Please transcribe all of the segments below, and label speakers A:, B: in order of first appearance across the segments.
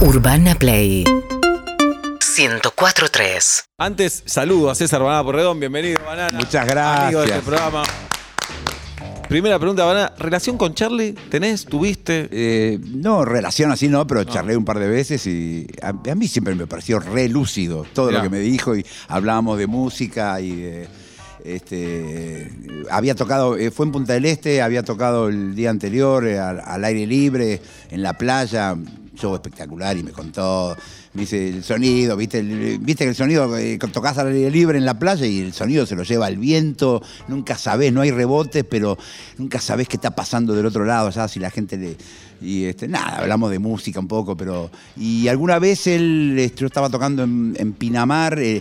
A: Urbana Play 104.3
B: Antes, saludo a César Banana Porredón, bienvenido Banana.
C: Muchas gracias.
B: Amigo de este programa. Primera pregunta, Banana, ¿relación con Charlie tenés, tuviste?
C: Eh, no, relación así no, pero charlé un par de veces y a, a mí siempre me pareció re lúcido todo
B: Mirá.
C: lo que me dijo y hablábamos de música y de, este, había tocado, eh, fue en Punta del Este, había tocado el día anterior eh, al, al aire libre, en la playa, un show espectacular y me contó, me dice el sonido, viste, el- viste que el sonido, eh, que tocas al aire libre en la playa y el sonido se lo lleva el viento, nunca sabés, no hay rebotes, pero nunca sabés qué está pasando del otro lado, ya si la gente le... Y este, nada, hablamos de música un poco, pero... Y alguna vez él, este, yo estaba tocando en, en Pinamar... eh,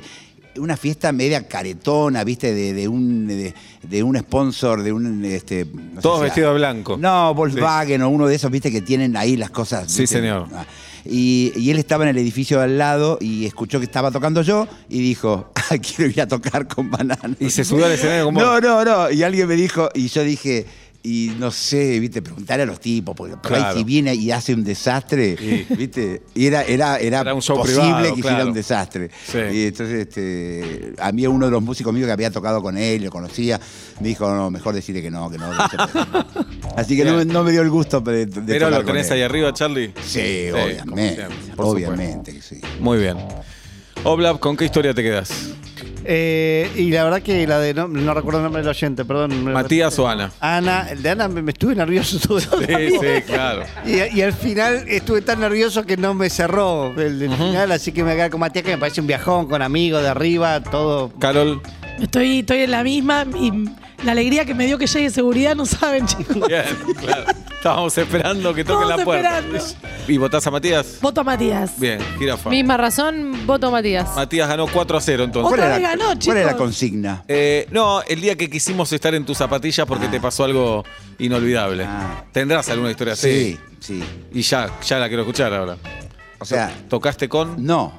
C: una fiesta media caretona, viste, de, de un de, de un sponsor, de un este. no sé
B: Todos
C: si-
B: vestidos de blanco.
C: No, Volkswagen o uno de esos, viste, que tienen ahí las cosas.
B: Sí,
C: ¿viste?
B: señor.
C: Ah. Y, y él estaba en el edificio de al lado y escuchó que estaba tocando yo y dijo, "Ah, quiero ir a tocar con banana.
B: Y se subió al escenario como...
C: No, no, no. Y alguien me dijo, y yo dije, y no sé, viste, preguntar a los tipos, porque por
B: Claro.
C: ahí si viene y hace un desastre, viste, y era, era, era,
B: Era un show
C: posible
B: privado,
C: que hiciera
B: claro.
C: un desastre.
B: Sí.
C: Y entonces este, a mí uno de los músicos míos que había tocado con él, lo conocía, me dijo, no, mejor decirle que no, que no. que no se puede". Así que no, me- no me dio el gusto de, de
B: Pero
C: tocar
B: lo
C: con
B: tenés
C: él.
B: ahí arriba, Charlie.
C: Sí,
B: como
C: obviamente.
B: siempre, por
C: Obviamente que sí.
B: supuesto. Muy bien. Oblab, ¿con qué historia te quedas?
D: Eh, y la verdad que la de. No, no recuerdo el nombre del oyente, perdón. ¿Me lo
B: ¿Matías
D: repetiste?
B: o Ana?
D: Ana, el de Ana me, me estuve nervioso todo el
B: Sí,
D: tiempo.
B: sí, claro.
D: Y, y al final estuve tan nervioso que no me cerró el, del final, así que me quedé con Matías, que me parece un viajón, con amigos de arriba, todo.
B: Carol,
E: Estoy, estoy en la misma y la alegría que me dio que llegue seguridad no saben, chicos.
B: bien, claro. Estábamos esperando que toquen la
E: Estábamos
B: puerta. ¿Y votás a Matías?
E: Voto a Matías.
B: Bien, jirafa.
F: Misma razón, voto Matías.
B: Matías ganó 4 a 0 entonces.
E: Otra
C: era,
E: vez ganó,
C: ¿Cuál era la
E: chicos.
C: consigna?
B: Eh, no, el día que quisimos estar en tus zapatillas porque te pasó algo inolvidable.
C: Ah.
B: ¿Tendrás alguna historia así?
C: Sí, sí.
B: Y ya, ya la quiero escuchar ahora.
C: O sea,
B: ¿Tocaste con?
C: No,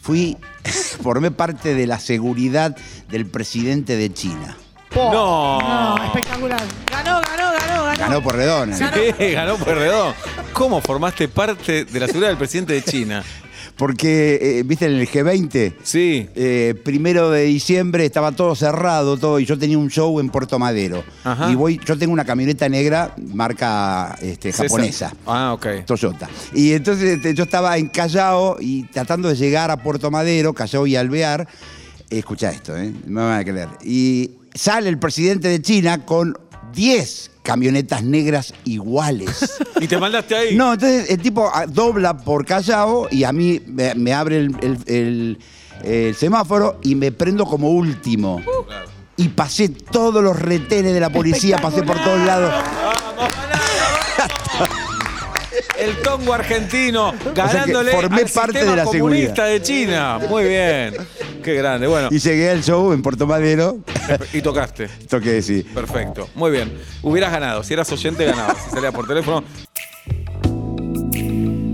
C: fui, formé parte de la seguridad del presidente de China.
B: No.
E: No, espectacular. Ganó, ganó, ganó, ganó.
C: Ganó Ah, por redona.
B: Sí, ganó Pueyrredón. ¿Cómo formaste parte de la seguridad del presidente de China?
C: Porque, eh, viste, en el G20,
B: Sí.
C: eh, primero de diciembre estaba todo cerrado, todo, y yo tenía un show en Puerto Madero.
B: Ajá.
C: Y voy, yo tengo una camioneta negra, marca este,
B: César.
C: japonesa.
B: Ah, ok.
C: Toyota. Y entonces este, yo estaba en Callao y tratando de llegar a Puerto Madero, Callao y Alvear. Escucha esto, ¿eh? no me van a creer. Y sale el presidente de China con 10 camionetas negras iguales.
B: ¿Y te mandaste ahí?
C: No, entonces el tipo ah, dobla por Callao y a mí me, me abre el, el- el- el semáforo y me prendo como último. Y pasé todos los retenes de la policía, pasé por todos lados.
B: El Congo argentino
C: sea que
B: ganándole
C: formé
B: al
C: parte
B: sistema
C: de la
B: comunista de China. Muy bien. Qué grande. Bueno,
C: Y llegué al show en Puerto Madero.
B: y tocaste.
C: Esto que decir.
B: Perfecto, muy bien. Hubieras ganado, si eras oyente ganabas, si salías por teléfono.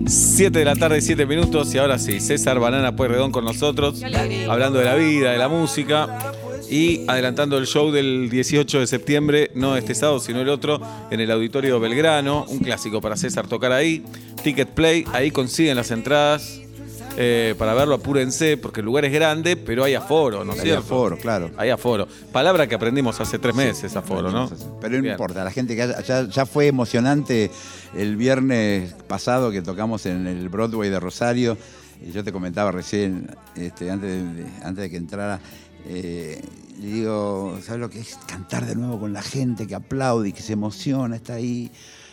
B: 7 de la tarde, 7 minutos, y ahora sí, César Banana Pueyrredón con nosotros, hablando de la vida, de la música, y adelantando el show del 18 de septiembre, no este sábado, sino el otro, en el Auditorio Belgrano, un clásico para César tocar ahí, Ticket Play, ahí consiguen las entradas, eh, para verlo apúrense, porque el lugar es grande, pero hay aforo, ¿no es
C: Hay
B: cierto?
C: aforo, claro.
B: Hay aforo. Palabra que aprendimos hace tres meses, aforo, ¿no?
C: Pero no
B: Bien.
C: importa, la gente que haya- ya, ya fue emocionante el viernes pasado que tocamos en el Broadway de Rosario. Y yo te comentaba recién, este, antes, de, de- antes de que entrara, eh, le digo, ¿sabes lo que es cantar de nuevo con la gente que aplaude y que se emociona, está ahí?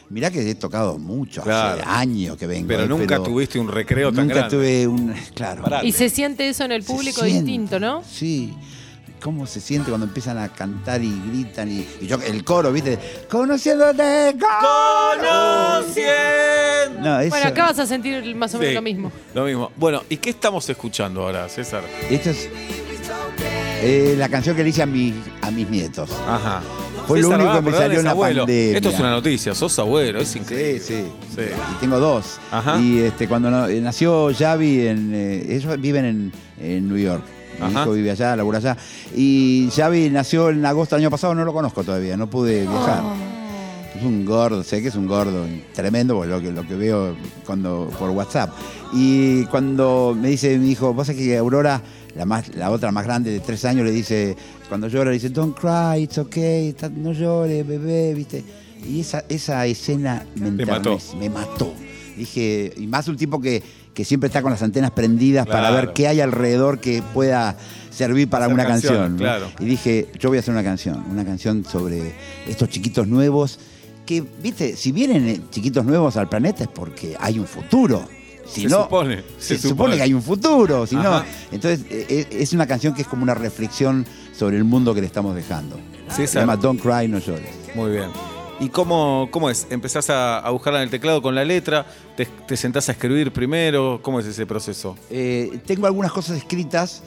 C: Mirá que he tocado mucho,
B: Claro.
C: hace años que vengo.
B: Pero
C: eh,
B: nunca tuviste un recreo tan
C: Nunca
B: grande.
C: tuve un... Claro.
B: Pará,
F: Y se siente eso en el público
C: Se siente,
F: distinto, ¿no?
C: Sí. ¿Cómo se siente cuando empiezan a cantar y gritan? Y, y yo, el coro, ¿viste? Conociéndote, coro.
B: ¡Conociendo!
C: No, eso,
F: Bueno, acá vas a sentir más o menos
B: Sí,
F: lo mismo.
B: Lo mismo. Bueno, ¿y qué estamos escuchando ahora, César?
C: esto es eh, la canción que le hice a, mis a mis nietos.
B: Ajá.
C: Fue lo
B: César,
C: único
B: va,
C: que me
B: perdón,
C: salió
B: es
C: en la
B: abuelo.
C: pandemia.
B: Esto es una noticia, sos abuelo, es
C: Sí,
B: increíble.
C: sí.
B: Sí.
C: Y tengo dos.
B: Ajá.
C: Y este, cuando no- eh, nació Javi, en, eh, ellos viven en, en New York. Mi
B: Ajá.
C: hijo vive allá, labura allá.
F: Oh.
C: Y Javi nació en agosto del año pasado, no lo conozco todavía, no pude viajar. Es un gordo, sé que es un gordo tremendo, porque lo que, lo que veo cuando por WhatsApp. Y cuando me dice mi hijo, pasa que Aurora, la, más, la otra más grande de tres años, le dice, cuando llora, le dice, don't cry, it's okay, está- no llores, bebé, viste. Y esa, esa escena me,
B: Te mató.
C: enternece, me mató. Dije, y más un tipo que, que siempre está con las antenas prendidas para
B: Claro.
C: ver qué hay alrededor que pueda servir para
B: Hacer
C: una canción.
B: canciones,
C: ¿no?
B: claro.
C: Y dije, yo voy a hacer una canción, una canción sobre estos chiquitos nuevos, que, viste, si vienen eh, chiquitos nuevos al planeta es porque hay un futuro. Si
B: Se
C: no,
B: supone, se
C: Se, supone.
B: supone.
C: que hay un futuro, si
B: Ajá.
C: no. Entonces, eh, eh, es una canción que es como una reflexión sobre el mundo que le estamos dejando. Se
B: César.
C: llama Don't Cry, No Llores.
B: Muy bien. ¿Y cómo, cómo es? ¿Empezás a, a buscarla en el teclado con la letra? ¿Te, te sentás a escribir primero? ¿Cómo es ese proceso?
C: Eh, tengo algunas cosas escritas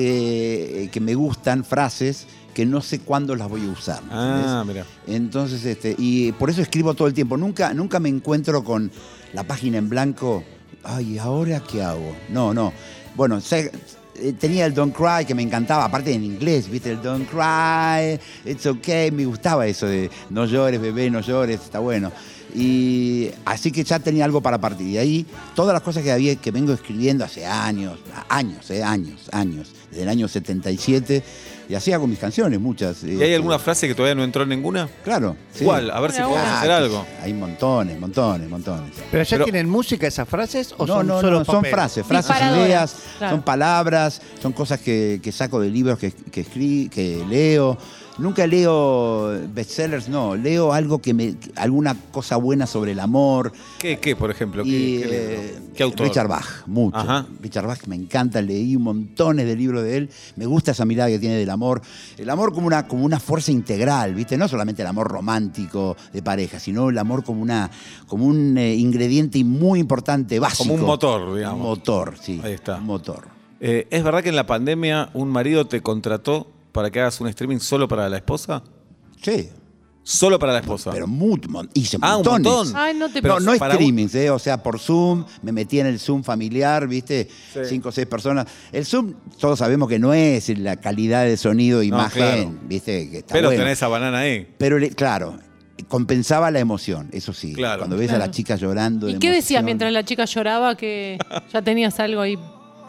C: que, que me gustan, frases que no sé cuándo las voy a usar. ¿entendés?
B: Ah, mira.
C: Entonces, este, y por eso escribo todo el tiempo. Nunca, nunca me encuentro con la página en blanco. Ay, ¿y ¿ahora qué hago? No, no. Bueno, sé- eh, tenía el Don't Cry que me encantaba, aparte en inglés, ¿viste? El Don't Cry, it's okay. Me gustaba eso de no llores, bebé, no llores, está bueno. Y así que ya tenía algo para partir. De ahí, todas las cosas que, había, que vengo escribiendo hace años, años, eh, años, años, desde el año 77, y así hago mis canciones, muchas. este,
B: ¿Y hay alguna frase que todavía no entró en ninguna?
C: Claro. sí.
B: ¿Cuál? A ver si
F: Bueno,
B: podemos
C: Ah,
B: hacer algo.
C: Hay montones, montones, montones.
D: ¿Pero ya
B: Pero-
D: tienen música esas frases o
C: no,
D: son
C: no,
D: solo
C: no, son
D: papel?
C: frases, frases,
F: Disparadoras,
C: ideas,
F: claro.
C: son palabras, son cosas que, que saco de libros que, que escri- que leo. Nunca leo bestsellers, no, leo algo que me, alguna cosa buena sobre el amor,
B: ¿Qué, qué por ejemplo? ¿Qué,
C: y,
B: qué libro?
C: eh,
B: ¿Qué autor?
C: Richard Bach, mucho.
B: Ajá.
C: Richard Bach me encanta, leí montones de libros de él. Me gusta esa mirada que tiene del amor. El amor como una, como una fuerza integral, ¿viste? No solamente el amor romántico de pareja, sino el amor como, una, como un eh, ingrediente muy importante, básico.
B: Como un motor, digamos.
C: Un motor, sí.
B: Ahí está.
C: Un motor.
B: Eh, ¿Es verdad que en la pandemia un marido te contrató para que hagas un streaming solo para la esposa?
C: Sí.
B: Solo para la esposa.
C: Pero mucho, mon- hice
B: Ah, un
C: montones.
B: montón.
F: Ay, no te
C: Pero
B: Pero
C: no
B: para un-
C: streamings, ¿eh? o sea, por Zoom, me metí en el Zoom familiar, ¿viste? Cinco o seis personas. El Zoom, todos sabemos que no es la calidad de sonido, e imagen,
B: claro.
C: ¿viste? Que está
B: Pero
C: bueno.
B: tenés a banana ahí.
C: Pero le- claro, compensaba la emoción, eso sí.
B: Claro.
C: Cuando ves a
F: Claro.
C: la chica llorando.
F: ¿Y
C: de
F: qué decías
C: emoción.
F: mientras la chica lloraba que ya tenías algo ahí?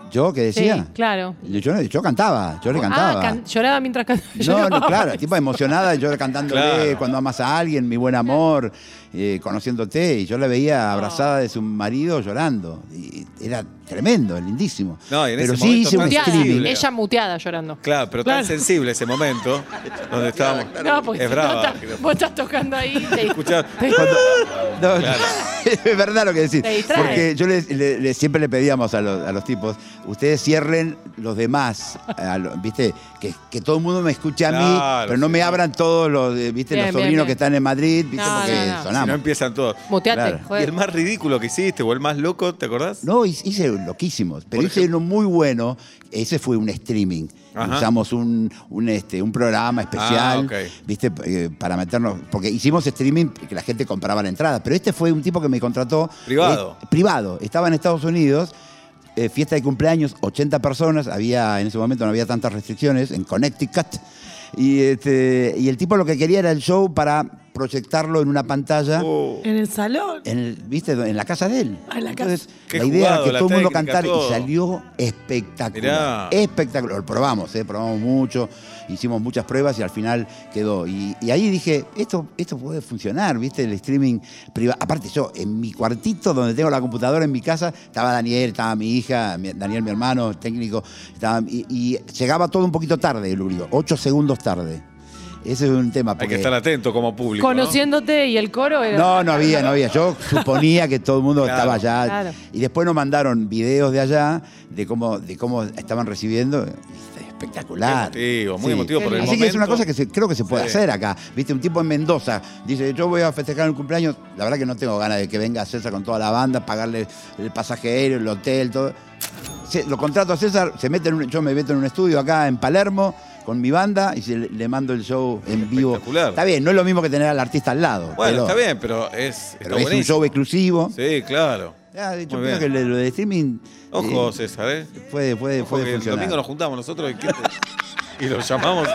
C: ¿Yo qué decía?
F: Sí, claro.
C: Yo, no- yo cantaba, yo le
F: Ah,
C: cantaba.
F: can- lloraba mientras cantaba.
C: No, no, claro, tipo emocionada, yo cantándole
B: Claro.
C: cuando amas a alguien, mi buen amor, eh, conociéndote, y yo la veía abrazada de su marido llorando. Y era tremendo, lindísimo.
B: No, y en
C: Pero
B: ese
C: sí
B: momento
C: hice un
B: tan
F: Muteada,
C: streaming.
B: sensible.
F: ella muteada llorando.
B: Claro, pero tan sensible ese momento donde estábamos.
F: No, porque
B: es
F: si no,
B: brava.
F: estás- vos estás tocando ahí. Te,
B: Escuchá.
F: te-
C: No, no, es verdad lo que decís.
F: Te distrae.
C: Porque yo le- le- le- siempre le pedíamos a los, a los tipos, ustedes cierren los demás, a lo- ¿viste? Que, que todo el mundo me escuche a mí,
B: Claro,
C: pero no
B: sí.
C: me abran todos los, eh, ¿viste?
F: Bien,
C: los
F: bien,
C: sobrinos
F: bien.
C: que están en Madrid, ¿viste?
F: No,
C: Porque
F: no, no.
B: Si no
C: sonamos.
B: empiezan todos.
F: Muteate,
C: Claro.
B: Y
F: joder.
B: el más ridículo que hiciste o el más loco, ¿te acordás?
C: No, hice- hice loquísimos, pero hice uno muy bueno. Ese fue un streaming.
B: Ajá.
C: Usamos un, un, este, un programa especial,
B: Ah, ok.
C: ¿viste? Eh, para meternos. Porque hicimos streaming que la gente compraba la entrada. Pero este fue un tipo que me contrató.
B: Privado.
C: eh, privado. Estaba en Estados Unidos. eh, fiesta de cumpleaños, 80 personas. Había, en ese momento no había tantas restricciones en Connecticut. Y, este, y el tipo lo que quería era el show para proyectarlo en una pantalla
B: Oh.
E: En el salón.
C: en, el- ¿viste? en la casa de él.
E: Ah, en la
C: Entonces,
B: Qué
C: la idea
B: jugado,
C: era
B: la
C: que todo el mundo
B: técnica,
C: cantara
B: todo.
C: y salió espectacular.
B: Mirá.
C: Espectacular. Lo probamos, ¿eh? probamos mucho, hicimos muchas pruebas y al final quedó. Y, y ahí dije, esto, esto puede funcionar, ¿viste? El streaming privado. Aparte, yo en mi cuartito donde tengo la computadora en mi casa, estaba Daniel, estaba mi hija, mi- Daniel, mi hermano, técnico, estaba- y, y llegaba todo un poquito tarde, Lurio, ocho segundos tarde. Ese es un tema.
B: Hay
C: porque-
B: que estar atento como público. ¿no?
F: Conociéndote y el coro era.
C: no, no había, no había. Yo suponía que todo el mundo
B: Claro.
C: estaba allá.
F: Claro.
C: Y después nos mandaron videos de allá de cómo, de cómo estaban recibiendo. Y es Espectacular.
B: Qué emotivo, muy emotivo por el
C: Así que es una
B: momento.
C: cosa que se- creo que se puede
B: Sí.
C: hacer acá. Viste, un tipo en Mendoza dice, yo voy a festejar un cumpleaños. La verdad que no tengo ganas de que venga César con toda la banda, pagarle el pasaje aéreo, el hotel, todo. Se- lo contrato a César, se mete en un- yo me meto en un estudio acá en Palermo con mi banda y se le, le mando el show en vivo.
B: Espectacular.
C: Está bien, no es lo mismo que tener al artista al lado.
B: Bueno,
C: pero-
B: está bien, pero es, está
C: pero es un
B: buenísimo.
C: show exclusivo.
B: Sí, claro.
C: Ya, de hecho,
B: Muy
C: creo
B: bien.
C: que lo de streaming.
B: Ojo,
C: eh,
B: César, ¿eh?
C: puede, puede,
B: Ojo
C: puede
B: que el
C: funcionar.
B: domingo nos juntamos nosotros y, ¿qué te- y lo llamamos.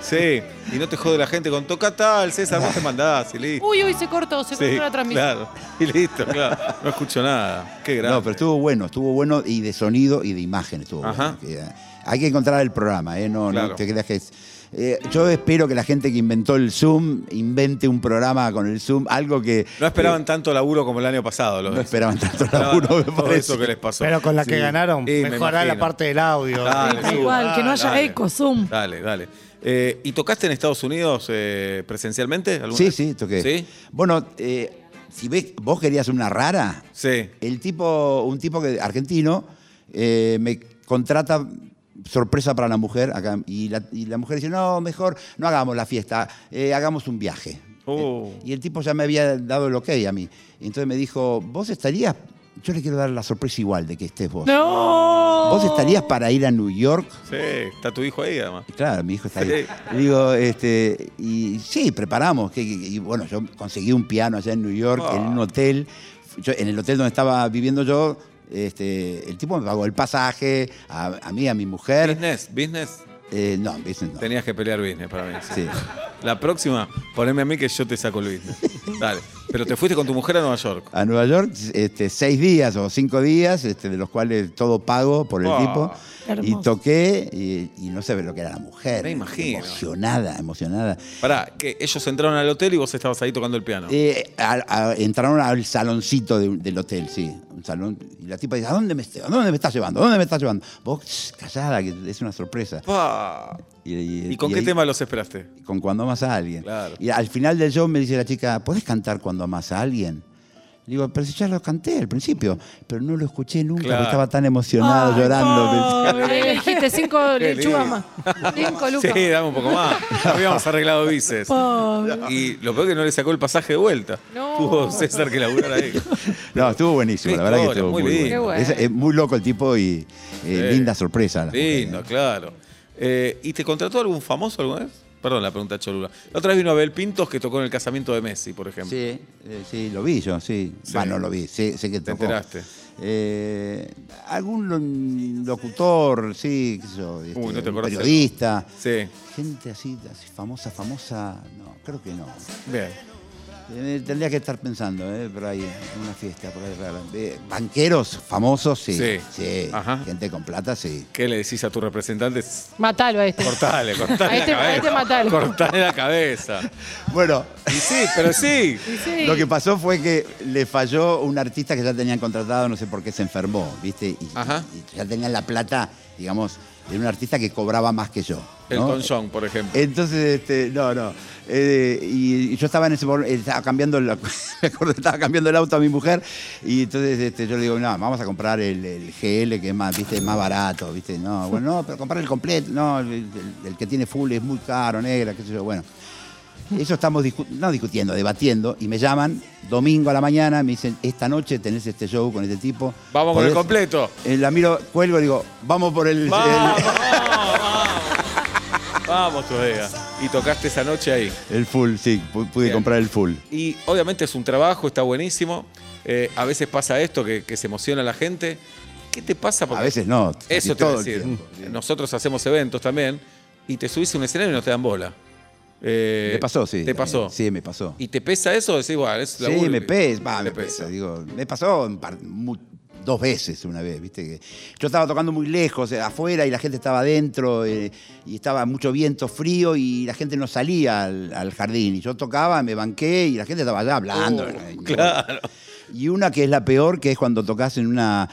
B: Sí, y no te jode la gente con toca tal, César, vos te mandás y listo.
F: Uy, uy, se cortó, se cortó
B: Sí,
F: la transmisión.
B: claro. Y listo, claro. No escucho nada. Qué grave.
C: No, pero estuvo bueno, estuvo bueno y de sonido y de imagen estuvo
B: Ajá.
C: bueno. Eh, Hay que encontrar el programa, ¿eh? No, no
B: Claro.
C: te creas que es- eh, yo espero que la gente que inventó el Zoom invente un programa con el Zoom, algo que eh,
B: No esperaban tanto laburo como el año pasado, lo
C: no
B: ves.
C: esperaban tanto
B: Esperaban
C: laburo, me
B: todo
C: parece.
B: eso que les pasó.
D: Pero con la que
B: Sí.
D: ganaron,
B: Y me
D: mejorá la
B: imagino. Ah.
D: parte del audio.
B: Dale,
E: Tal
B: Zoom,
E: cual, que no haya
B: dale.
E: eco, Zoom.
B: Dale, dale. Eh, ¿Y tocaste en Estados Unidos eh, presencialmente? alguna
C: Sí,
B: vez?
C: sí, toqué.
B: ¿Sí?
C: Bueno, eh, si ves, vos querías una rara,
B: Sí.
C: el tipo, un tipo que, argentino, eh, me contrata sorpresa para la mujer acá, y, la, y la mujer dice, no, mejor no hagamos la fiesta, eh, hagamos un viaje.
B: Oh.
C: Eh, Y el tipo ya me había dado el ok a mí. Y entonces me dijo, vos estarías, yo le quiero dar la sorpresa igual de que estés vos.
E: No.
C: ¿Vos estarías para ir a New York?
B: Sí, está tu hijo ahí además.
C: Y Claro, mi hijo está ahí.
B: Sí.
C: Le Digo, este, y sí, preparamos. que- que- y bueno, yo conseguí un piano allá en New York,
B: Ah.
C: en un hotel. Yo, en el hotel donde estaba viviendo yo, este, el tipo me pagó el pasaje, a, a mí, a mi mujer.
B: Business, business.
C: Eh, no, business no.
B: Tenías que pelear business para mí.
C: Sí.
B: La próxima, poneme a mí que yo te saco el business. Dale. Pero te fuiste con tu mujer a Nueva York.
C: A Nueva York, este, seis días o cinco días, este, de los cuales todo pago por el
B: Ah.
C: tipo. Y
E: Hermoso.
C: toqué y, y no sé lo que era la mujer.
B: Me imagino.
C: Emocionada, emocionada.
B: Pará, que ellos entraron al hotel y vos estabas ahí tocando el piano.
C: Eh, a- a- entraron al saloncito de- del hotel, sí. Un salón. Y la tipa dice, ¿a dónde me, est- a dónde me estás llevando? ¿A dónde me estás llevando? Vos, tss, callada, que es una sorpresa.
B: Pa.
C: ¿Y, y-
B: ¿Y con
C: y
B: qué
C: ahí-
B: tema los esperaste?
C: Con cuando amas a alguien.
B: Claro.
C: Y al final del show me dice la chica, ¿podés cantar cuando amas a alguien? Le digo, pero si ya lo canté al principio, pero no lo escuché nunca,
B: Claro.
C: porque estaba tan emocionado,
E: Ay,
C: llorando.
E: pobre.
F: Ahí Eh, le dijiste cinco
B: Qué
F: lechugas
B: lindo.
F: más. Cinco lucas.
B: Sí, dame un poco más. Habíamos arreglado bices.
E: Pobre.
B: Y lo peor que no le sacó el pasaje de vuelta.
F: No.
B: Tuvo César que laburar ahí.
C: No, estuvo buenísimo,
B: Qué
C: la verdad que
B: historia,
C: estuvo
B: muy
C: muy,
B: lindo.
C: bueno.
F: Qué bueno.
C: Es, es muy loco el tipo y eh,
B: Sí.
C: linda sorpresa. la
B: Lindo, claro. Eh, ¿Y te contrató algún famoso alguna vez? Perdón la pregunta cholula. La otra vez vino Abel Pintos que tocó en el casamiento de Messi, por ejemplo.
C: Sí, eh, sí, lo vi yo, sí.
B: Sí.
C: Bueno, lo vi, sé, sé que tocó.
B: enteraste?
C: Eh, algún lo- locutor, sí, qué sé yo, este,
B: Uy, no te
C: un
B: acordás.
C: periodista.
B: Sí,
C: Gente así, así, famosa, famosa, no, creo que no.
B: bien.
C: Eh, tendría que estar pensando, eh, por ahí, en una fiesta, por ahí rara. Eh, banqueros famosos, sí.
B: Sí.
C: Sí.
B: Ajá.
C: Gente con plata, sí.
B: ¿Qué le decís a tu representante? S-
F: Matalo a este.
B: Cortale, cortale
F: Ahí
B: la
F: te-
B: cabeza.
F: ahí te matalo.
B: Cortale la cabeza.
C: Bueno,
B: Y sí, pero sí.
F: Sí.
C: Lo que pasó fue que le falló un artista que ya tenían contratado, no sé por qué se enfermó, ¿viste? Y,
B: Ajá.
C: y ya tenían la plata, digamos, de un artista que cobraba más que yo.
B: El
C: ¿no?
B: conchón, por ejemplo.
C: Entonces, este, no, no. Eh, y yo estaba en ese momento, eh, estaba cambiando, la- me acuerdo, estaba cambiando el auto a mi mujer y entonces este, yo le digo, no, vamos a comprar el, el GL que es más, viste, más barato, viste, no, bueno, no, pero comprar el completo, no, el, el- el que tiene full es muy caro, negra, qué sé yo, bueno. Eso estamos discu- no discutiendo, debatiendo y me llaman domingo a la mañana, me dicen, esta noche tenés este show con este tipo.
B: Vamos con el
C: ¿Podés?".
B: completo.
C: Eh, la miro, cuelgo y digo, vamos por el...
B: Vamos,
C: el-
B: vamos. Vamos todavía. Y tocaste esa noche ahí.
C: el full, sí, pu- pude
B: Bien.
C: comprar el full.
B: Y obviamente es un trabajo, está buenísimo. Eh, a veces pasa esto, que, que se emociona la gente. ¿Qué te pasa?
C: A veces no. casi
B: Eso te voy a
C: todo el
B: decir.
C: tiempo, sí.
B: Nosotros hacemos eventos también y te subís a un escenario y no te dan bola. Eh,
C: Me pasó,
B: Te
C: sí. también.
B: pasó.
C: Sí, me pasó.
B: ¿Y te pesa eso? Decís, bueno, es
C: Sí,
B: laburo".
C: me pesa. va,
B: Te
C: me pesa. Digo, me pasó un par- mu- dos veces una vez, ¿viste? Que yo estaba tocando muy lejos, eh, afuera, y la gente estaba adentro, eh, y estaba mucho viento, frío, y la gente no salía al, al jardín. Y yo tocaba, me banqué, y la gente estaba allá hablando. Eh, y-
B: Oh, Claro.
C: Y una que es la peor, que es cuando tocas en una.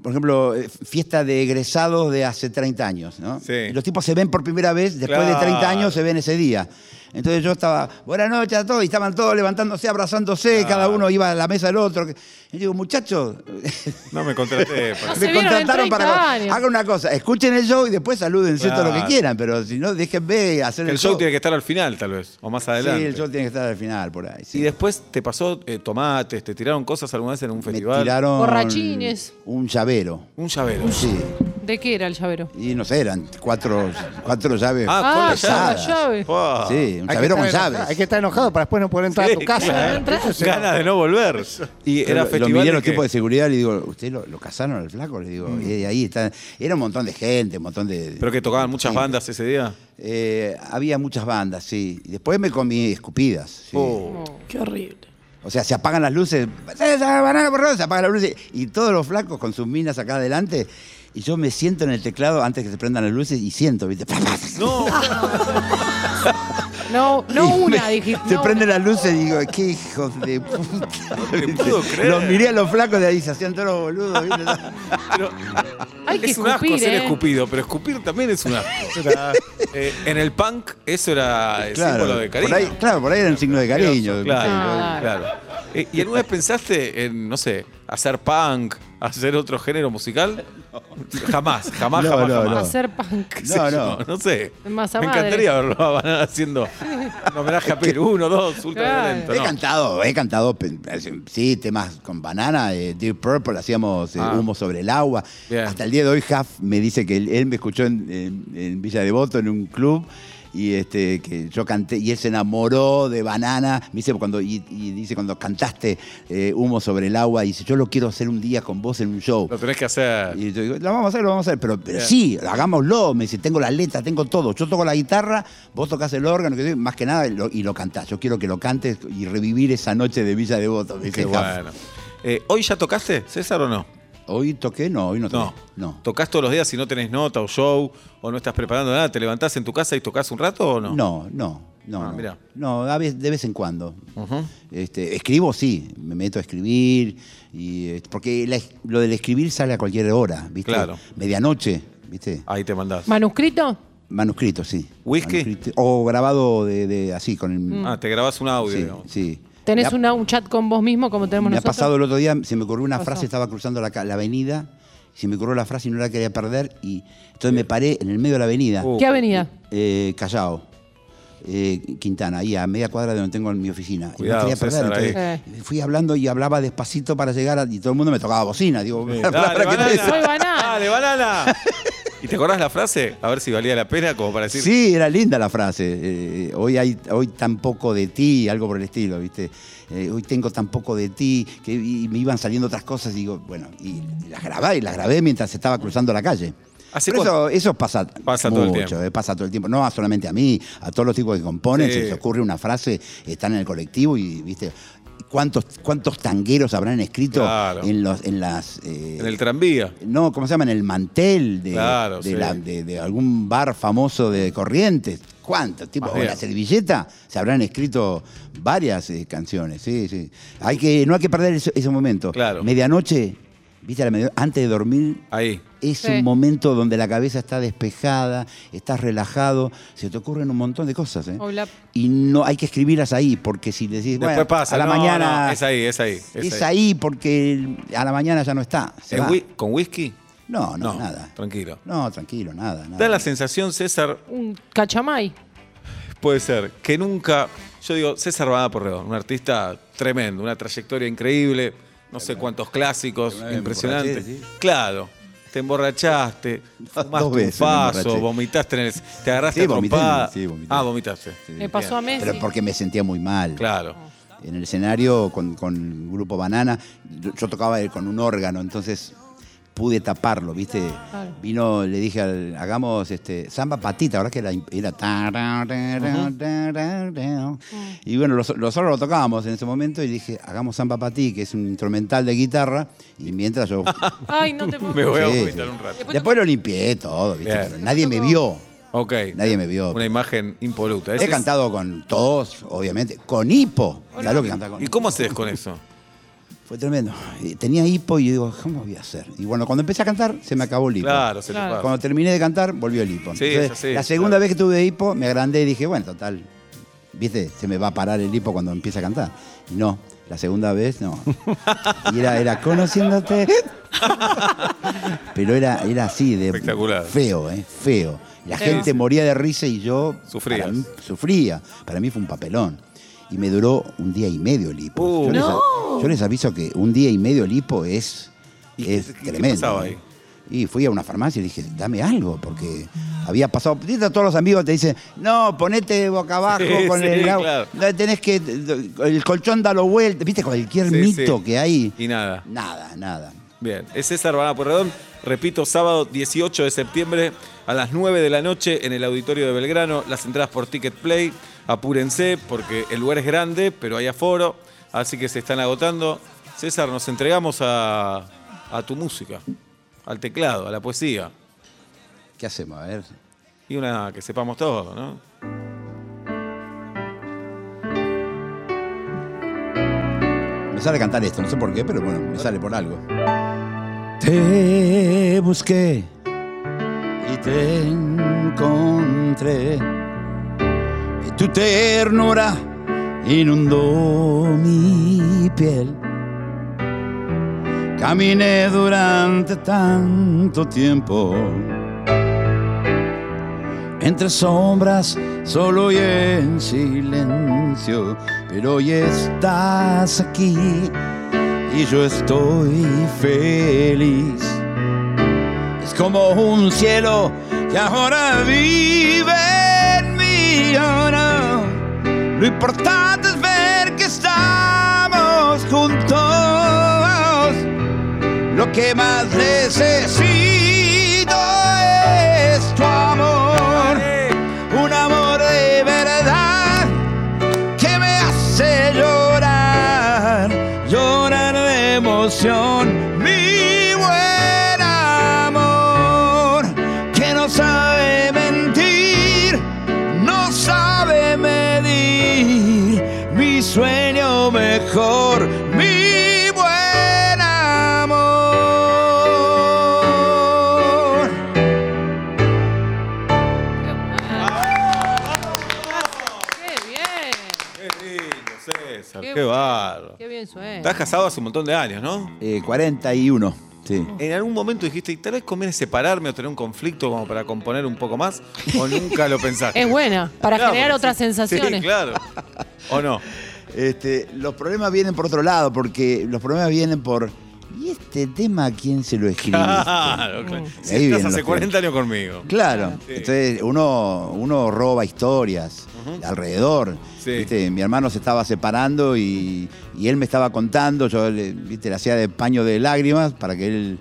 C: Por ejemplo, eh, fiesta de egresados de hace 30 años, ¿no?
B: Sí.
C: Y los tipos se ven por primera vez, después
B: Claro.
C: de 30 años se ven ese día. Entonces yo estaba, buenas noches a todos, y estaban todos levantándose, abrazándose,
B: Claro.
C: cada uno iba a la mesa del otro. Y digo, muchachos,
B: No me contraté. para-
F: se
C: me
F: vieron en
C: contrataron
F: 30
C: para.
F: años.
C: Hagan una cosa, escuchen el show y después salúdense todo lo
B: Claro.
C: que quieran, pero si no, déjenme hacer
B: Que
C: el,
B: el show tiene que estar al final, tal vez, o más adelante.
C: Sí, el show tiene que estar al final, por ahí. sí.
B: Y después te pasó eh, tomates, te tiraron cosas alguna vez en un
C: me
B: festival.
C: tiraron.
F: Borrachines.
C: un llavero.
B: Un llavero.
C: Sí.
F: ¿De qué era el llavero?
C: Y no sé, eran cuatro, cuatro llaves.
B: Ah, con la
F: ya,
C: llave.
F: la llave.
B: Fua.
C: Sí, un
D: Hay que
C: llavero con
D: estar eno-
C: llaves.
D: Hay que estar enojado para después no poder entrar a
B: Sí,
D: tu casa.
B: claro.
D: ¿eh? Eso es-
B: Ganas de no volver. Y era
C: Lo-
B: festival.
C: Lo miré los
B: que-
C: tipos de seguridad y le digo, ¿usted lo, lo cazaron al flaco? Le digo, y ahí está. Era un montón de gente, un montón de.
B: Mm. Pero que tocaban muchas
C: Sí.
B: bandas ese día.
C: Eh, había muchas bandas, sí. Y Después me comí escupidas. sí.
B: Oh.
E: Qué horrible.
C: O sea, se apagan las luces, "Eh, banana borrosa", se apagan las luces, y todos los flacos con sus minas acá adelante, y yo me siento en el teclado antes que se prendan las luces y siento, ¿viste?
F: Ah,
B: No,
F: No, no
C: Y
F: una,
C: me-
F: dijiste.
C: Se
F: no.
C: prenden las luces y digo, qué hijos de puta.
B: te
C: ¿viste?
B: puedo creer.
C: Los miré a los flacos de ahí, se hacían todos los boludos, ¿viste?
B: pero
F: Hay que
B: es un asco
F: escupir,
B: ser
F: ¿eh?
B: escupido, pero escupir también es un asco. Eh, en el punk eso era el símbolo de cariño.
C: Por ahí, claro, por ahí era un signo de cariño.
B: Claro,
F: Ah,
B: claro. Eh, ¿Y alguna vez pensaste en, no sé, hacer punk, hacer otro género musical? Jamás, jamás,
C: No,
B: jamás,
C: no,
B: jamás.
C: no.
F: Hacer punk.
B: ¿Qué sé
C: No,
B: yo?
C: no.
B: No sé.
F: Masa
B: Me
F: madre.
B: encantaría verlo a Banana haciendo un homenaje a Perú, uno, dos, ultra
F: Claro.
B: violento.
C: He
B: no.
C: cantado, he cantado, pe- sí, temas con banana, eh, Deep Purple, hacíamos eh,
B: Ah.
C: humo sobre el agua.
B: Bien.
C: Hasta el día de hoy, Huff me dice que él, él me escuchó en, en- en Villa Devoto, en un club, y este, que yo canté, y él se enamoró de banana. Me dice cuando, y, y dice cuando cantaste eh, humo sobre el agua, y dice, yo lo quiero hacer un día con vos en un show.
B: Lo tenés que hacer.
C: Y yo digo, lo vamos a hacer, lo vamos a hacer, pero, pero
B: Bien.
C: sí, hagámoslo. Me dice, tengo la letra, tengo todo. Yo toco la guitarra, vos tocas el órgano, que sé yo, más que nada, lo- y lo cantás. Yo quiero que lo cantes y revivir esa noche de Villa Devoto. Me
B: Qué
C: dice,
B: bueno. Eh, ¿Hoy ya tocaste, César, o no?
C: Hoy toqué, no, hoy no toqué.
B: No.
C: No.
B: ¿Tocás todos los días si no tenés nota o show o no estás preparando nada? ¿Te levantás en tu casa y tocas un rato o no?
C: No, no, no.
B: Ah,
C: no.
B: mirá.
C: No, a vez- de vez en cuando.
B: Ujú.
C: Este, escribo, sí, me meto a escribir, y, eh, porque la es- lo del escribir sale a cualquier hora, ¿viste?
B: Claro.
C: Medianoche, ¿viste?
B: Ahí te mandás.
F: ¿Manuscrito?
C: Manuscrito, sí.
B: ¿Whisky?
C: Manuscrito. O grabado de, de- así, con el...
B: Ah, te grabás un audio.
C: Sí,
B: digamos.
C: sí.
F: ¿Tenés
C: Me ha-
F: una, un chat con vos mismo como tenemos
C: Me ha
F: nosotros?
C: pasado el otro día, se me ocurrió una
F: Pasó.
C: frase, estaba cruzando la, ca- la avenida, se me ocurrió la frase y no la quería perder, y entonces me paré en el medio de la avenida,
B: Uh.
F: ¿Qué avenida?
C: eh, Callao, eh, Quintana, ahí a media cuadra de donde tengo mi oficina. y
B: Cuidado,
C: no quería perder,
B: César, ahí.
C: entonces fui hablando y hablaba despacito para llegar, a- y todo el mundo me tocaba bocina, digo,
B: Sí.
C: la palabra
B: Dale,
C: que
B: banana.
C: te-
F: Soy banana.
B: Dale, banana. ¿Y te acordás la frase? A ver si valía la pena, como para decir.
C: Sí, era linda la frase. eh, hoy hay, hoy tan poco de ti, algo por el estilo, ¿viste? Eh, hoy tengo tan poco de ti, que y me iban saliendo otras cosas, y digo, bueno, y, y las grabé, y las grabé mientras estaba cruzando la calle.
B: ¿Hace
C: Pero
B: cuánto?
C: eso, eso pasa,
B: Pasa todo
C: mucho,
B: el tiempo.
C: eh, pasa todo el tiempo. No solamente a mí, a todos los tipos que componen,
B: Sí.
C: se les ocurre una frase, están en el colectivo y, viste, ¿cuántos, cuántos tangueros habrán escrito
B: Claro.
C: en, los, en las... eh,
B: En el tranvía.
C: no, ¿cómo se llama? En el mantel de,
B: Claro,
C: de
B: sí.
C: la- de- de algún bar famoso de Corrientes. ¿Cuántos? Tipo,
B: Más
C: o en la
B: bien.
C: servilleta se habrán escrito varias eh, canciones. Sí, sí. Hay que, no hay que perder ese, ese momento.
B: Claro.
C: Medianoche, viste, a la medio- antes de dormir.
B: Ahí.
C: Es
F: Sí.
C: un momento donde la cabeza está despejada, estás relajado, se te ocurren un montón de cosas. ¿eh?
F: Hola.
C: Y no hay que escribirlas ahí, porque si le decís,
B: Después
C: bueno,
B: pasa.
C: a la
B: no,
C: mañana.
B: no, es ahí, es ahí.
C: Es, ahí porque el- a la mañana ya no está. se
B: ¿En
C: va.
B: whi- ¿Con whisky?
C: No, no, nada.
B: Tranquilo.
C: No, tranquilo, nada, nada.
B: Da la sensación, César,
F: Un cachamay.
B: puede ser, que nunca. Yo digo, César Badá Porredón, un artista tremendo, una trayectoria increíble, no sé cuántos clásicos,
C: Una vez me
B: impresionante.
C: emborraché, ¿sí?
B: Claro. Te emborrachaste, fumaste
C: dos
B: un
C: veces me
B: paso,
C: emborraché.
B: vomitaste en el. Te agarraste
C: Sí,
B: a
C: vomité,
B: trompada.
C: sí, vomité.
B: Ah, vomitaste.
F: Me pasó a Messi.
C: Pero porque me sentía muy mal.
B: Claro.
C: En el escenario con, con el grupo Banana, yo, yo tocaba eh, con un órgano, entonces pude taparlo, ¿viste?
F: Claro.
C: Vino, le dije, al- hagamos este samba patita, ahora que era, era tarara, tarara. Y bueno, los- nosotros lo tocábamos en ese momento y dije, hagamos samba patí, que es un instrumental de guitarra, y mientras yo...
F: Ay, no te puedo
B: Me voy a
C: Sí,
B: vomitar
C: sí.
B: un rato.
C: Después lo limpié todo, ¿viste?
B: Bien.
C: Pero nadie me vio.
B: Ok.
C: Nadie me vio.
B: Una imagen impoluta. Ese
C: He
B: es-
C: cantado con todos, obviamente, con hipo. Claro que cantaba con
B: ¿Y cómo haces con eso?
C: Fue tremendo. Eh, Tenía hipo y yo digo, ¿cómo voy a hacer? Y bueno, cuando empecé a cantar, se me acabó el hipo.
B: Claro, se
F: Claro.
B: te pasa.
C: Cuando terminé de cantar, volvió el hipo.
B: Sí,
C: Entonces,
B: es así,
C: la segunda
B: claro.
C: vez que tuve hipo, me agrandé y dije, bueno, total, viste, se me va a parar el hipo cuando empiece a cantar. Y no, la segunda vez no. Y era, era conociéndote. Pero era, era así de
B: Espectacular.
C: feo, ¿eh? Feo. La
F: Sí.
C: gente moría de risa y yo
B: Sufrías.
C: para mí- sufría. Para mí fue un papelón. Y me duró un día y medio el hipo.
B: Uh.
C: yo, les,
E: No.
C: yo les aviso que un día y medio el hipo es
B: ¿Y
C: es
B: qué- qué
C: tremendo.
B: pasaba ahí?
C: Y fui a una farmacia y dije, dame algo, porque había pasado. ¿viste? Todos los amigos te dicen, no, ponete boca abajo
B: Sí,
C: con
B: sí,
C: el agua.
B: claro.
C: No, Tenés que. El colchón da lo vuelta. ¿Viste? Cualquier
B: Sí,
C: mito
B: sí.
C: que hay.
B: Y nada.
C: Nada, nada.
B: Bien, es César Barana Pueyrredón. Repito, sábado 18 de septiembre a las 9 de la noche en el Auditorio de Belgrano. Las entradas por Ticket Play. Apúrense porque el lugar es grande, pero hay aforo. Así que se están agotando. César, nos entregamos a, a tu música, al teclado, a la poesía.
C: ¿Qué hacemos? A ver.
B: Y una que sepamos todos, ¿no?
C: Me sale cantar esto, no sé por qué, pero bueno, me sale por algo. Te busqué y te encontré. Y tu ternura inundó mi piel. Caminé durante tanto tiempo. Entre sombras, solo y en silencio, pero hoy estás aquí y yo estoy feliz. Es como un cielo que ahora vive en mí. oh, no. Lo importante es ver que estamos juntos. Lo que más necesito es tu amor. Un amor de verdad que me hace llorar, llorar de emoción. Mi buen amor que no sabe mentir, no sabe medir mi sueño mejor. Mi buen amor.
F: ¡Qué bien!
B: Qué lindo, César.
F: Qué
B: Qué,
F: bueno.
B: bárbaro.
F: ¡Qué bien suena!
B: Estás casado hace un montón de años, ¿no?
C: 41, sí.
B: ¿En algún momento dijiste, y tal vez conviene separarme o tener un conflicto como para componer un poco más? ¿O nunca lo pensaste?
F: Es buena, para
B: Claro,
F: generar
B: sí,
F: otras
B: Sí,
F: sensaciones.
B: claro. ¿O no?
C: Este, los problemas vienen por otro lado, porque los problemas vienen por. ¿Y este tema a quién se lo escribiste?
B: Ah, Claro,
F: Mm.
B: claro. Si
C: Ahí vienen
B: estás
C: los
B: hace
C: temas.
B: 40 años conmigo.
C: Claro.
B: Sí.
C: Entonces uno, uno roba historias alrededor.
B: Sí.
C: ¿viste? Mi hermano se estaba separando y, y él me estaba contando, yo le, ¿viste? le hacía de paño de lágrimas para que él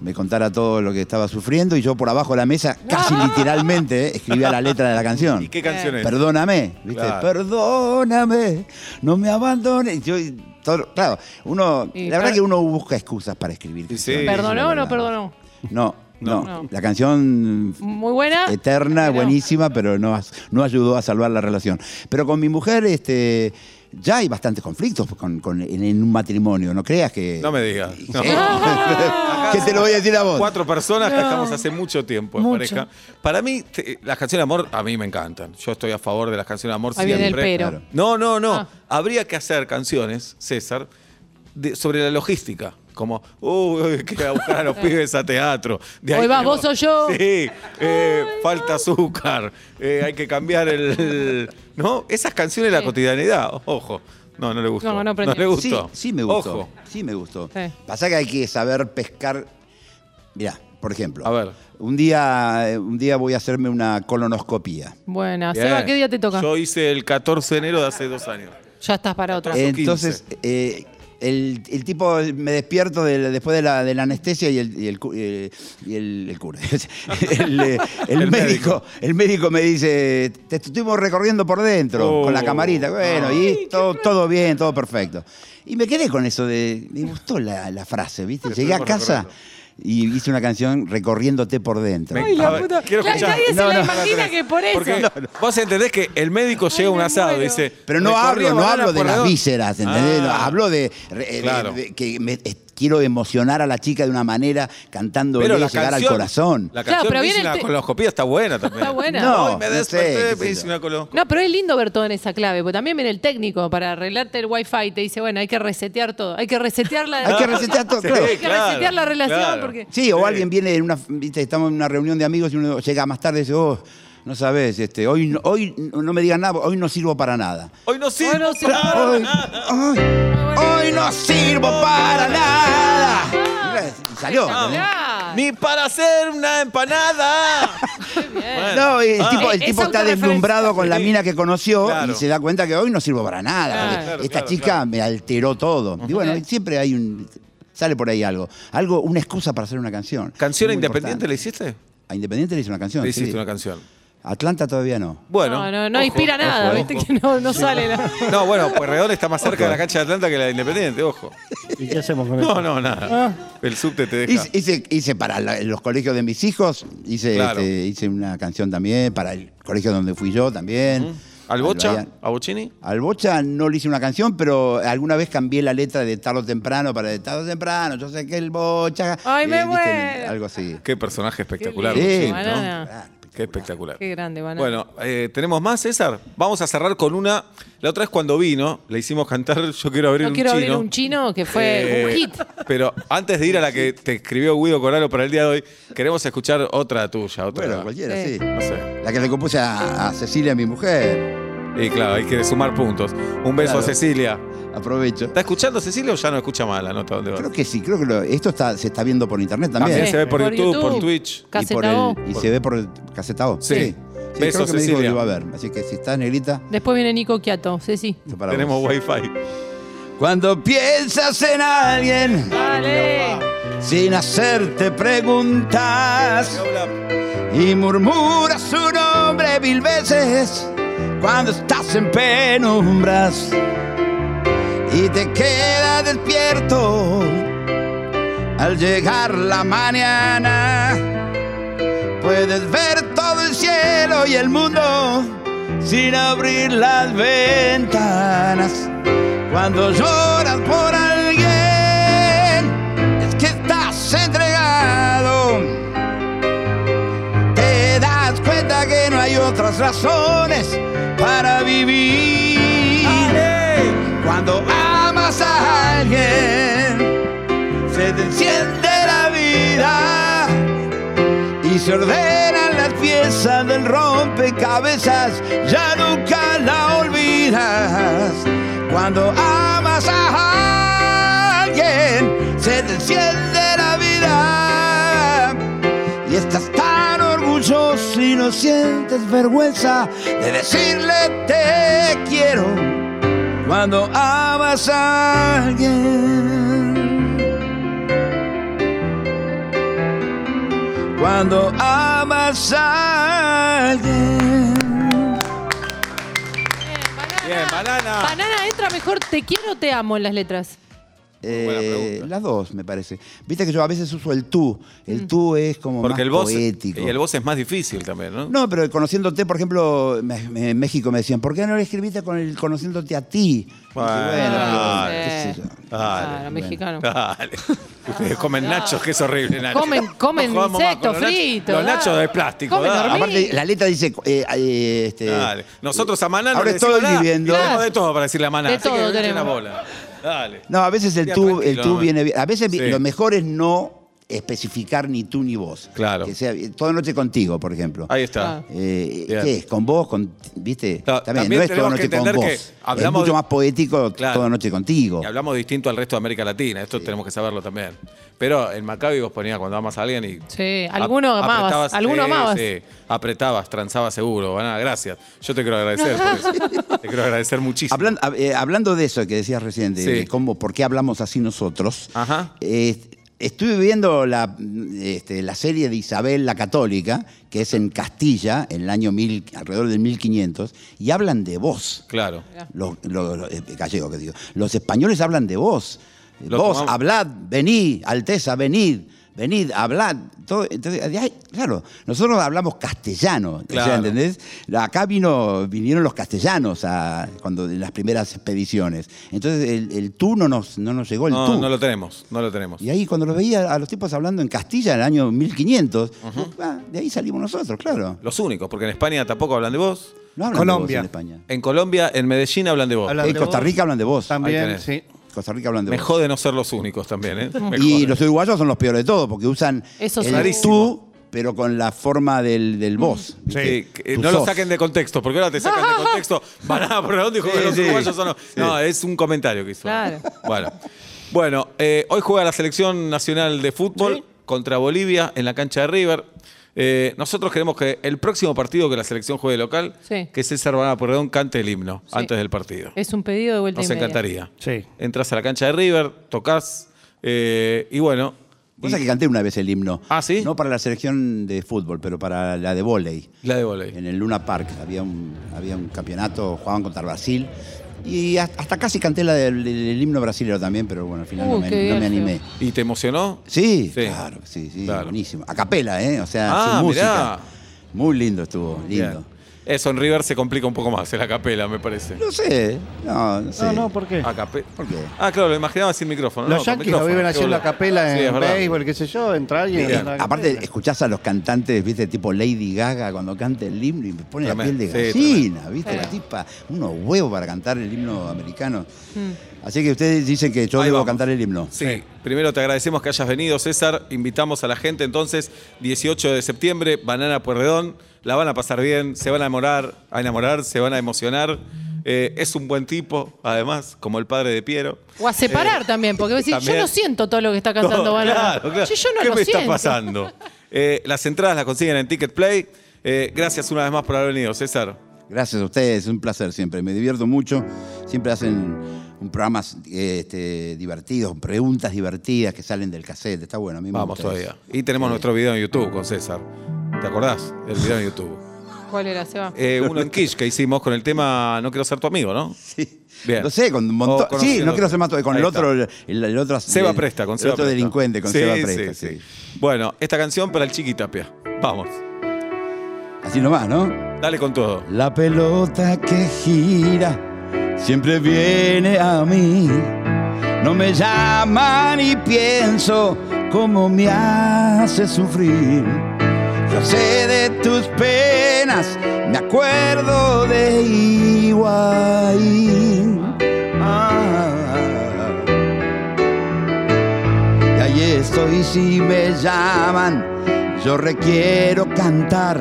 C: me contara todo lo que estaba sufriendo y yo por abajo de la mesa, casi literalmente, ¿eh? escribía la letra de la canción.
B: ¿Y qué canción es?
C: Perdóname, ¿viste?
B: Claro.
C: Perdóname, no me abandones. Yo, y todo- claro, uno,
F: Y
C: la verdad
F: per-
C: que uno busca excusas para escribir.
B: Sí, sí.
C: Eso es la
F: ¿Perdonó o no
C: verdad.
F: perdonó?
C: No, no.
F: No.
C: La canción
F: Muy buena.
C: eterna,
F: pero-
C: buenísima, pero no, as- no ayudó a salvar la relación. Pero con mi mujer, este. Ya hay bastantes conflictos con- con- en, en un matrimonio, no creas que...
B: No me digas. No.
C: ¿Eh? que te lo voy a decir a vos.
B: Cuatro personas que
E: No.
B: estamos hace mucho tiempo en
E: Mucho.
B: pareja. Para mí, te- las canciones de amor a mí me encantan. Yo estoy a favor de las canciones de amor
F: Ahí
B: siempre.
F: viene el pero.
C: claro.
B: No, no, no.
F: Ah.
B: Habría que hacer canciones, César, de- sobre la logística. Como, uy, que a buscar a los pibes a teatro. De
F: Hoy vas vos o yo.
B: Sí, eh, falta azúcar, eh, hay que cambiar el, el- ¿No? Esas canciones de la
F: Sí.
B: cotidianidad, ojo. No, no le gustó.
F: No, no
B: no
F: prendió.
B: le gustó.
C: Sí, sí me gustó.
B: Ojo.
C: Sí me gustó.
F: Sí.
C: Pasa que hay que saber pescar. Mirá, por ejemplo.
B: A ver.
C: Un día, eh, un día voy a hacerme una colonoscopía.
F: Buena.
B: Bien.
F: Seba, ¿qué día te toca?
B: Yo hice el 14 de enero de hace dos años.
F: Ya estás para otra.
B: Eh,
C: Entonces, eh, el, el tipo, me despierto de la- después de la, de la anestesia y el, y el, cu- eh, y el- el cura. el, eh, el
B: El médico.
C: médico, el médico me dice, te estuvimos recorriendo por dentro
B: Oh.
C: con la camarita. Bueno,
B: Ay,
C: y todo, todo bien, todo perfecto. Y me quedé con eso de, me gustó la, la frase, ¿viste?
B: Te
C: Llegué a
B: estuvimos
C: casa
B: recorriendo.
C: y hice una canción recorriéndote por dentro.
B: Me- a ver, quiero
F: Claro,
B: escuchar.
F: nadie se
C: No,
F: la
C: no.
F: imagina que por eso.
B: Porque vos entendés que el médico llega a un
F: me
B: asado y
F: muero.
B: dice.
C: Pero no
B: "Recorrí
C: hablo, no
B: Banana
C: hablo de
B: por
C: las
B: Redondo".
C: vísceras, ¿entendés? No,
B: Ah.
C: hablo de, re- de-
B: Claro.
C: de que me- eh, quiero emocionar a la chica de una manera cantando
B: Pero la
C: llegar
B: canción-
C: al corazón.
B: La
F: Claro,
B: canción
F: pero
B: que hice
F: viene el
B: la
F: te-
B: coloscopía está buena también.
F: Está buena.
C: No,
B: Hoy me
C: no
B: desperté,
C: sé,
B: y me
C: qué sé
B: hice
C: yo.
B: una coloscopía.
F: No, pero es lindo ver todo en esa clave, porque también viene el técnico para arreglarte el wifi, te dice, bueno, hay que resetear todo, hay que resetear la
C: Hay que resetear todo,
B: Sí,
C: claro.
F: Hay que resetear la relación
B: claro.
F: porque
C: Sí, o alguien viene en una, viste, estamos en una reunión de amigos y uno llega más tarde y dice, oh, no sabes, este, hoy, no- hoy no me digas nada, hoy no sirvo para nada.
B: Hoy no sirve.
F: no sirve.
B: para
C: Hoy,
B: nada.
C: hoy- hoy no sirvo para nada. la- y salió.
F: Vamos.
C: ¿entendés?
F: Claro.
B: ¡Ni para hacer una empanada!
F: Muy bien.
B: Bueno.
C: No, y el
B: Ah.
C: tipo, el
F: Es
C: tipo está
F: autorreferencia.
C: deslumbrado con la
B: Sí.
C: mina que conoció
B: Claro.
C: y se da cuenta que hoy no sirvo para nada.
F: Claro.
C: porque
B: Claro,
C: Esta
B: claro,
C: chica
B: claro.
C: me alteró todo. Y bueno, siempre hay un. Sale por ahí algo. Algo, una excusa para hacer una canción.
B: ¿Canción a
C: Muy
B: independiente
C: importante.
B: le hiciste?
C: A Independiente le hice una canción.
B: Le
C: sí.
B: hiciste una canción.
C: Atlanta todavía no.
B: Bueno.
F: no, no, no
B: ojo,
F: inspira nada,
B: ojo,
F: viste
B: ojo.
F: que no, no sale la.
B: No, bueno, Pueyrredón está más cerca de la cancha de Atlanta que la de Independiente, ojo.
D: ¿Y qué hacemos con Ah.
B: No, no, nada. El subte te deja.
C: Hice, hice- hice para la- los colegios de mis hijos, hice,
B: Claro.
C: este, hice una canción también, para el colegio donde fui yo también.
B: ¿Al Bocha?
C: Bahía.
B: ¿A Bochini?
C: Al Bocha no le hice una canción, pero alguna vez cambié la letra de tarde o temprano para de tarde o temprano, yo sé que el Bocha... eh,
F: Ay, me
C: ¿viste?
F: muero.
C: Algo así.
B: Qué personaje espectacular.
F: Qué lindo,
B: Bochini,
C: Sí,
F: banana.
C: ¿no? Ah,
B: Qué espectacular.
F: Qué grande, banana.
B: Bueno, eh, ¿tenemos más, César? Vamos a cerrar con una. La otra es cuando vino, le hicimos cantar Yo quiero abrir
F: no
B: un
F: quiero
B: chino.
F: abrir un chino que fue un
B: Eh,
F: hit.
B: Pero antes de ir a la que te escribió Guido Coralo para el día de hoy, queremos escuchar otra tuya, otra.
C: Bueno, cualquiera, sí.
F: Sí.
B: No sé.
C: La que le compuse a, a Cecilia, mi mujer.
B: Y claro, hay que sumar puntos. Un beso
C: Claro.
B: a Cecilia.
C: Aprovecho.
B: ¿Está escuchando Cecilia o ya no escucha más la nota? ¿Dónde va?
C: Creo que sí, creo que lo- esto está, se está viendo por internet también.
B: También se ve por YouTube, por Twitch.
C: Y, por el-
F: Caseta O.
C: y se ve por el casetado.
B: Sí. Besos,
C: creo que me dijo que
B: Cecilia.
C: lo iba a ver. Así que si estás negrita,
F: Después viene Nico Quiato, sí, sí.
C: esto para
B: Tenemos
C: vos.
B: Wi-Fi.
C: Cuando piensas en alguien
F: Dale.
C: sin hacerte preguntas y murmuras su nombre mil veces cuando estás en penumbras y te quedas despierto al llegar la mañana puedes ver todo el cielo y el mundo sin abrir las ventanas cuando lloras por alguien es que estás entregado te das cuenta que no hay otras razones para vivir. Cuando amas a alguien, se te enciende la vida y se ordenan las piezas del rompecabezas, ya nunca la olvidas. Cuando amas a alguien, se te enciende la vida y estás tan orgulloso y no sientes vergüenza de decirle te quiero cuando amas a alguien. Cuando amas a alguien.
B: Bien, banana.
F: Banana entra mejor, te quiero o te amo en las letras.
B: buena
C: Eh,
B: pregunta. Mm.
C: las dos, me parece. Viste que yo a veces uso el tú. El tú es como
B: Porque
C: más
B: el voz,
C: poético.
B: y el voz es más difícil también, ¿no?
C: No, pero conociéndote, por ejemplo, me- me- en México me decían, ¿por qué no lo escribiste con el conociéndote a ti? Y dije,
B: Bueno,
C: pero,
B: dale.
C: qué sé yo.
B: Dale, Ah.
F: Claro, mexicano.
B: Dale. Ustedes comen nachos, que es horrible, nachos.
F: Comen- comen
B: jugamos más con
F: insectos
B: los nachos.
F: fritos,
B: Los
F: dale.
B: nachos de plástico,
F: Comen
B: dale.
F: hormigas.
C: Aparte, la letra dice, eh, eh, este,
B: Dale. Nosotros a Maná no
C: Ahora
B: le decimos
C: estoy
B: nada,
C: viviendo.
B: y tenemos de todo para decirle a Maná.
F: De
B: así que
F: todo
B: echen
F: tenemos.
B: la bola. Dale.
C: No, a veces el
B: Ya,
C: tú,
B: tranquilo,
C: el tú
B: mamá.
C: viene bien. A veces vi-
B: Sí.
C: lo mejor es no especificar ni tú ni vos.
B: Claro.
C: Que sea eh, toda noche contigo, por ejemplo.
B: Ahí está.
F: Ah.
C: Eh,
B: Bien.
C: ¿Qué es? ¿Con vos? Con, ¿Viste?
B: Ta- también
C: no es toda
B: tenemos que
C: noche con vos.
B: entender que
C: es
B: hablamos de-
C: mucho más poético
B: Claro.
C: toda noche contigo.
B: Y hablamos distinto al resto de América Latina, esto tenemos que saberlo también. Pero en Maccabi vos ponías cuando amas a alguien y.
F: Sí, Eh, alguno amabas, alguno
B: sí,
F: amabas.
B: eh, sí, apretabas, transabas seguro, banana, gracias. Yo te quiero agradecer por eso. Te quiero agradecer muchísimo.
C: Hablan- hab- eh, hablando de eso que decías recién, de,
B: Sí.
C: de cómo, por qué hablamos así nosotros,
B: Ajá.
C: eh, estuve viendo la, este, la serie de Isabel la Católica, que es en Castilla, en el año mil, alrededor del 1500, y hablan de vos.
B: Claro.
C: Los, los- los- eh, gallegos, que digo. Los españoles hablan de vos.
B: Lo
C: vos,
B: tomamos-
C: hablad, venid, Alteza, venid. Venid, hablad. Todo, entonces, de ahí, claro, nosotros hablamos castellano. o sea,
B: Claro.
C: ¿entendés? Acá vino, vinieron los castellanos a, cuando, en las primeras expediciones. Entonces el, el tú no nos, no nos llegó, el
B: No,
C: tú.
B: no lo tenemos, no lo tenemos.
C: Y ahí cuando los veía a los tipos hablando en Castilla en el año 1500, ah, de ahí salimos nosotros, claro.
B: Los únicos, porque en España tampoco hablan de vos.
C: No hablan de vos
D: Colombia.
C: en España.
B: En Colombia, en Medellín hablan de vos.
D: Hablan- de
C: en Costa
D: vos.
C: Rica hablan de vos.
D: También,
B: tenés.
D: sí.
C: Costa Rica hablan de
B: Me
C: vos.
B: jode no ser los únicos también, ¿eh? Me
C: Y
B: jode.
C: los uruguayos son los peores de todos, porque usan
F: Eso Mm. es
C: el
B: rarísimo.
C: tú, pero con la forma del, del vos.
B: Sí,
C: ¿viste?
B: que
C: Tú
B: no lo
C: sos.
B: saquen de contexto, porque ahora te sacan de contexto. Van a por dónde dijo que los
C: sí.
B: uruguayos son los- No, es un comentario que hizo.
F: Claro.
B: Bueno, Bueno, eh, hoy juega la selección nacional de fútbol contra Bolivia en la cancha de River. Eh, nosotros queremos que el próximo partido que la selección juegue local,
F: Sí.
B: que César Banana Porredón cante el himno
F: Sí.
B: antes del partido.
F: Es un pedido de vuelta y
B: Nos
F: media.
B: encantaría.
D: Sí.
B: Entras a la cancha de River, tocas y bueno.
C: Vos
B: y-
C: sabés que canté una vez el himno.
B: Mm. Ah, ¿sí?
C: No para la selección de fútbol, pero para la de vóley.
B: la de volei.
C: En el Luna Park había un, había un campeonato, jugaban contra Brasil. Y hasta, hasta casi canté la del, del himno brasileño también, pero bueno, al final
F: Uh,
C: no, me,
F: qué
C: no me
F: garfio.
C: animé.
B: ¿Y te emocionó?
C: Sí,
B: Sí.
C: claro, sí, sí,
B: Claro.
C: buenísimo. A capela, ¿eh? O sea,
B: Ah,
C: sin música.
B: mirá.
C: Muy lindo estuvo,
B: Bien.
C: lindo.
B: Eso en River se complica un poco más, en la capela, me parece.
C: No sé, no, no sé.
D: No, no, ¿por qué?
B: A cape-
C: ¿Por qué?
B: Ah, claro, lo imaginaba sin micrófono. No,
D: Los
B: con
D: yanquis lo
B: micrófono,
D: viven
B: qué
D: haciendo a
B: boludo.
D: capela
B: Sí, es
D: en
B: verdad.
D: béisbol, qué sé yo, entra alguien. y
B: Bien.
D: canta a
C: Aparte,
D: capela.
C: escuchás a los cantantes, viste, tipo Lady Gaga cuando canta el himno y me pone la piel
B: Tremendo,
C: de
B: sí,
C: gallina, viste, la
F: Claro.
C: tipa, unos huevos para cantar el himno americano. Así que ustedes dicen que yo
B: Mm. Ahí
C: debo
B: vamos.
C: cantar el himno.
B: Sí. primero te agradecemos que hayas venido, César. Invitamos a la gente entonces, 18 de septiembre, Banana Puerredón. La van a pasar bien, se van a enamorar, a enamorar se van a emocionar. Eh, es un buen tipo, además, como el padre de Piero.
F: O a separar también, porque vos decís,
B: Eh, también.
F: yo no siento todo lo que está cantando
B: No,
F: Banana.
B: claro, claro.
F: Sí, yo no
B: ¿Qué
F: lo
B: me está
F: siento.
B: pasando? Eh, las entradas las consiguen en Ticket Play. Eh, gracias una vez más por haber venido, César.
C: Gracias a ustedes, es un placer siempre. Me divierto mucho. Siempre hacen un programas eh, este, divertidos, preguntas divertidas que salen del cassette. Está bueno, a mí me
B: Vamos
C: gusta
B: todavía.
C: eso.
B: Y tenemos nuestro video en YouTube con César. ¿Te acordás? El video en YouTube.
F: ¿Cuál era, Seba?
B: Eh, uno en Kish que hicimos con el tema No quiero ser tu amigo, ¿no?
C: Sí.
B: Bien.
C: No sé, con un
B: O
C: montón.
B: con
C: Sí,
B: el
C: no
B: otro.
C: quiero ser más. Con
B: Ahí
C: el
B: está.
C: otro, el, el otro.
B: Seba
C: el-
B: Presta, con
C: el
B: Seba
C: otro
B: Presta.
C: delincuente, con
B: Sí,
C: Seba
B: sí,
C: Presta. Sí,
B: sí. Bueno, esta canción para el Chiqui Tapia. Vamos,
C: Así nomás, ¿no?
B: dale con todo.
C: La pelota que gira siempre viene a mí. No me llama ni pienso cómo me hace sufrir. Yo sé de tus penas, me acuerdo de Iguain. Ah. Y ahí estoy si me llaman, yo requiero cantar.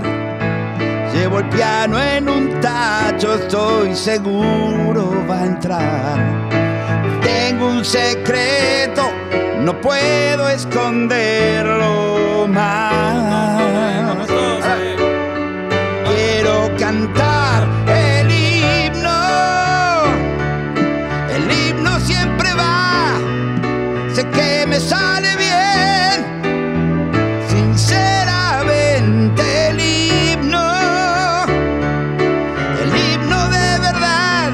C: Llevo el piano en un tacho, estoy seguro va a entrar. Tengo un secreto, no puedo esconderlo más. Quiero cantar el himno. El himno siempre va, sé que me sale bien sinceramente el himno, el himno de verdad,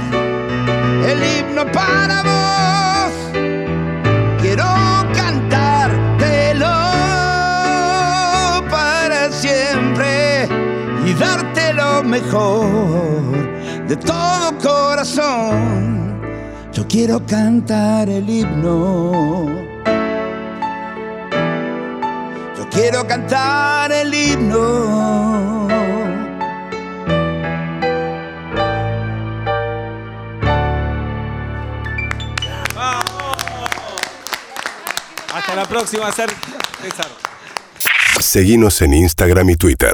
C: el himno para vos. Quiero cantártelo para siempre y darte lo mejor de todo corazón. Yo quiero cantar el himno. Yo quiero cantar el himno.
B: Hasta la próxima, César. César.
A: Seguinos en Instagram y Twitter.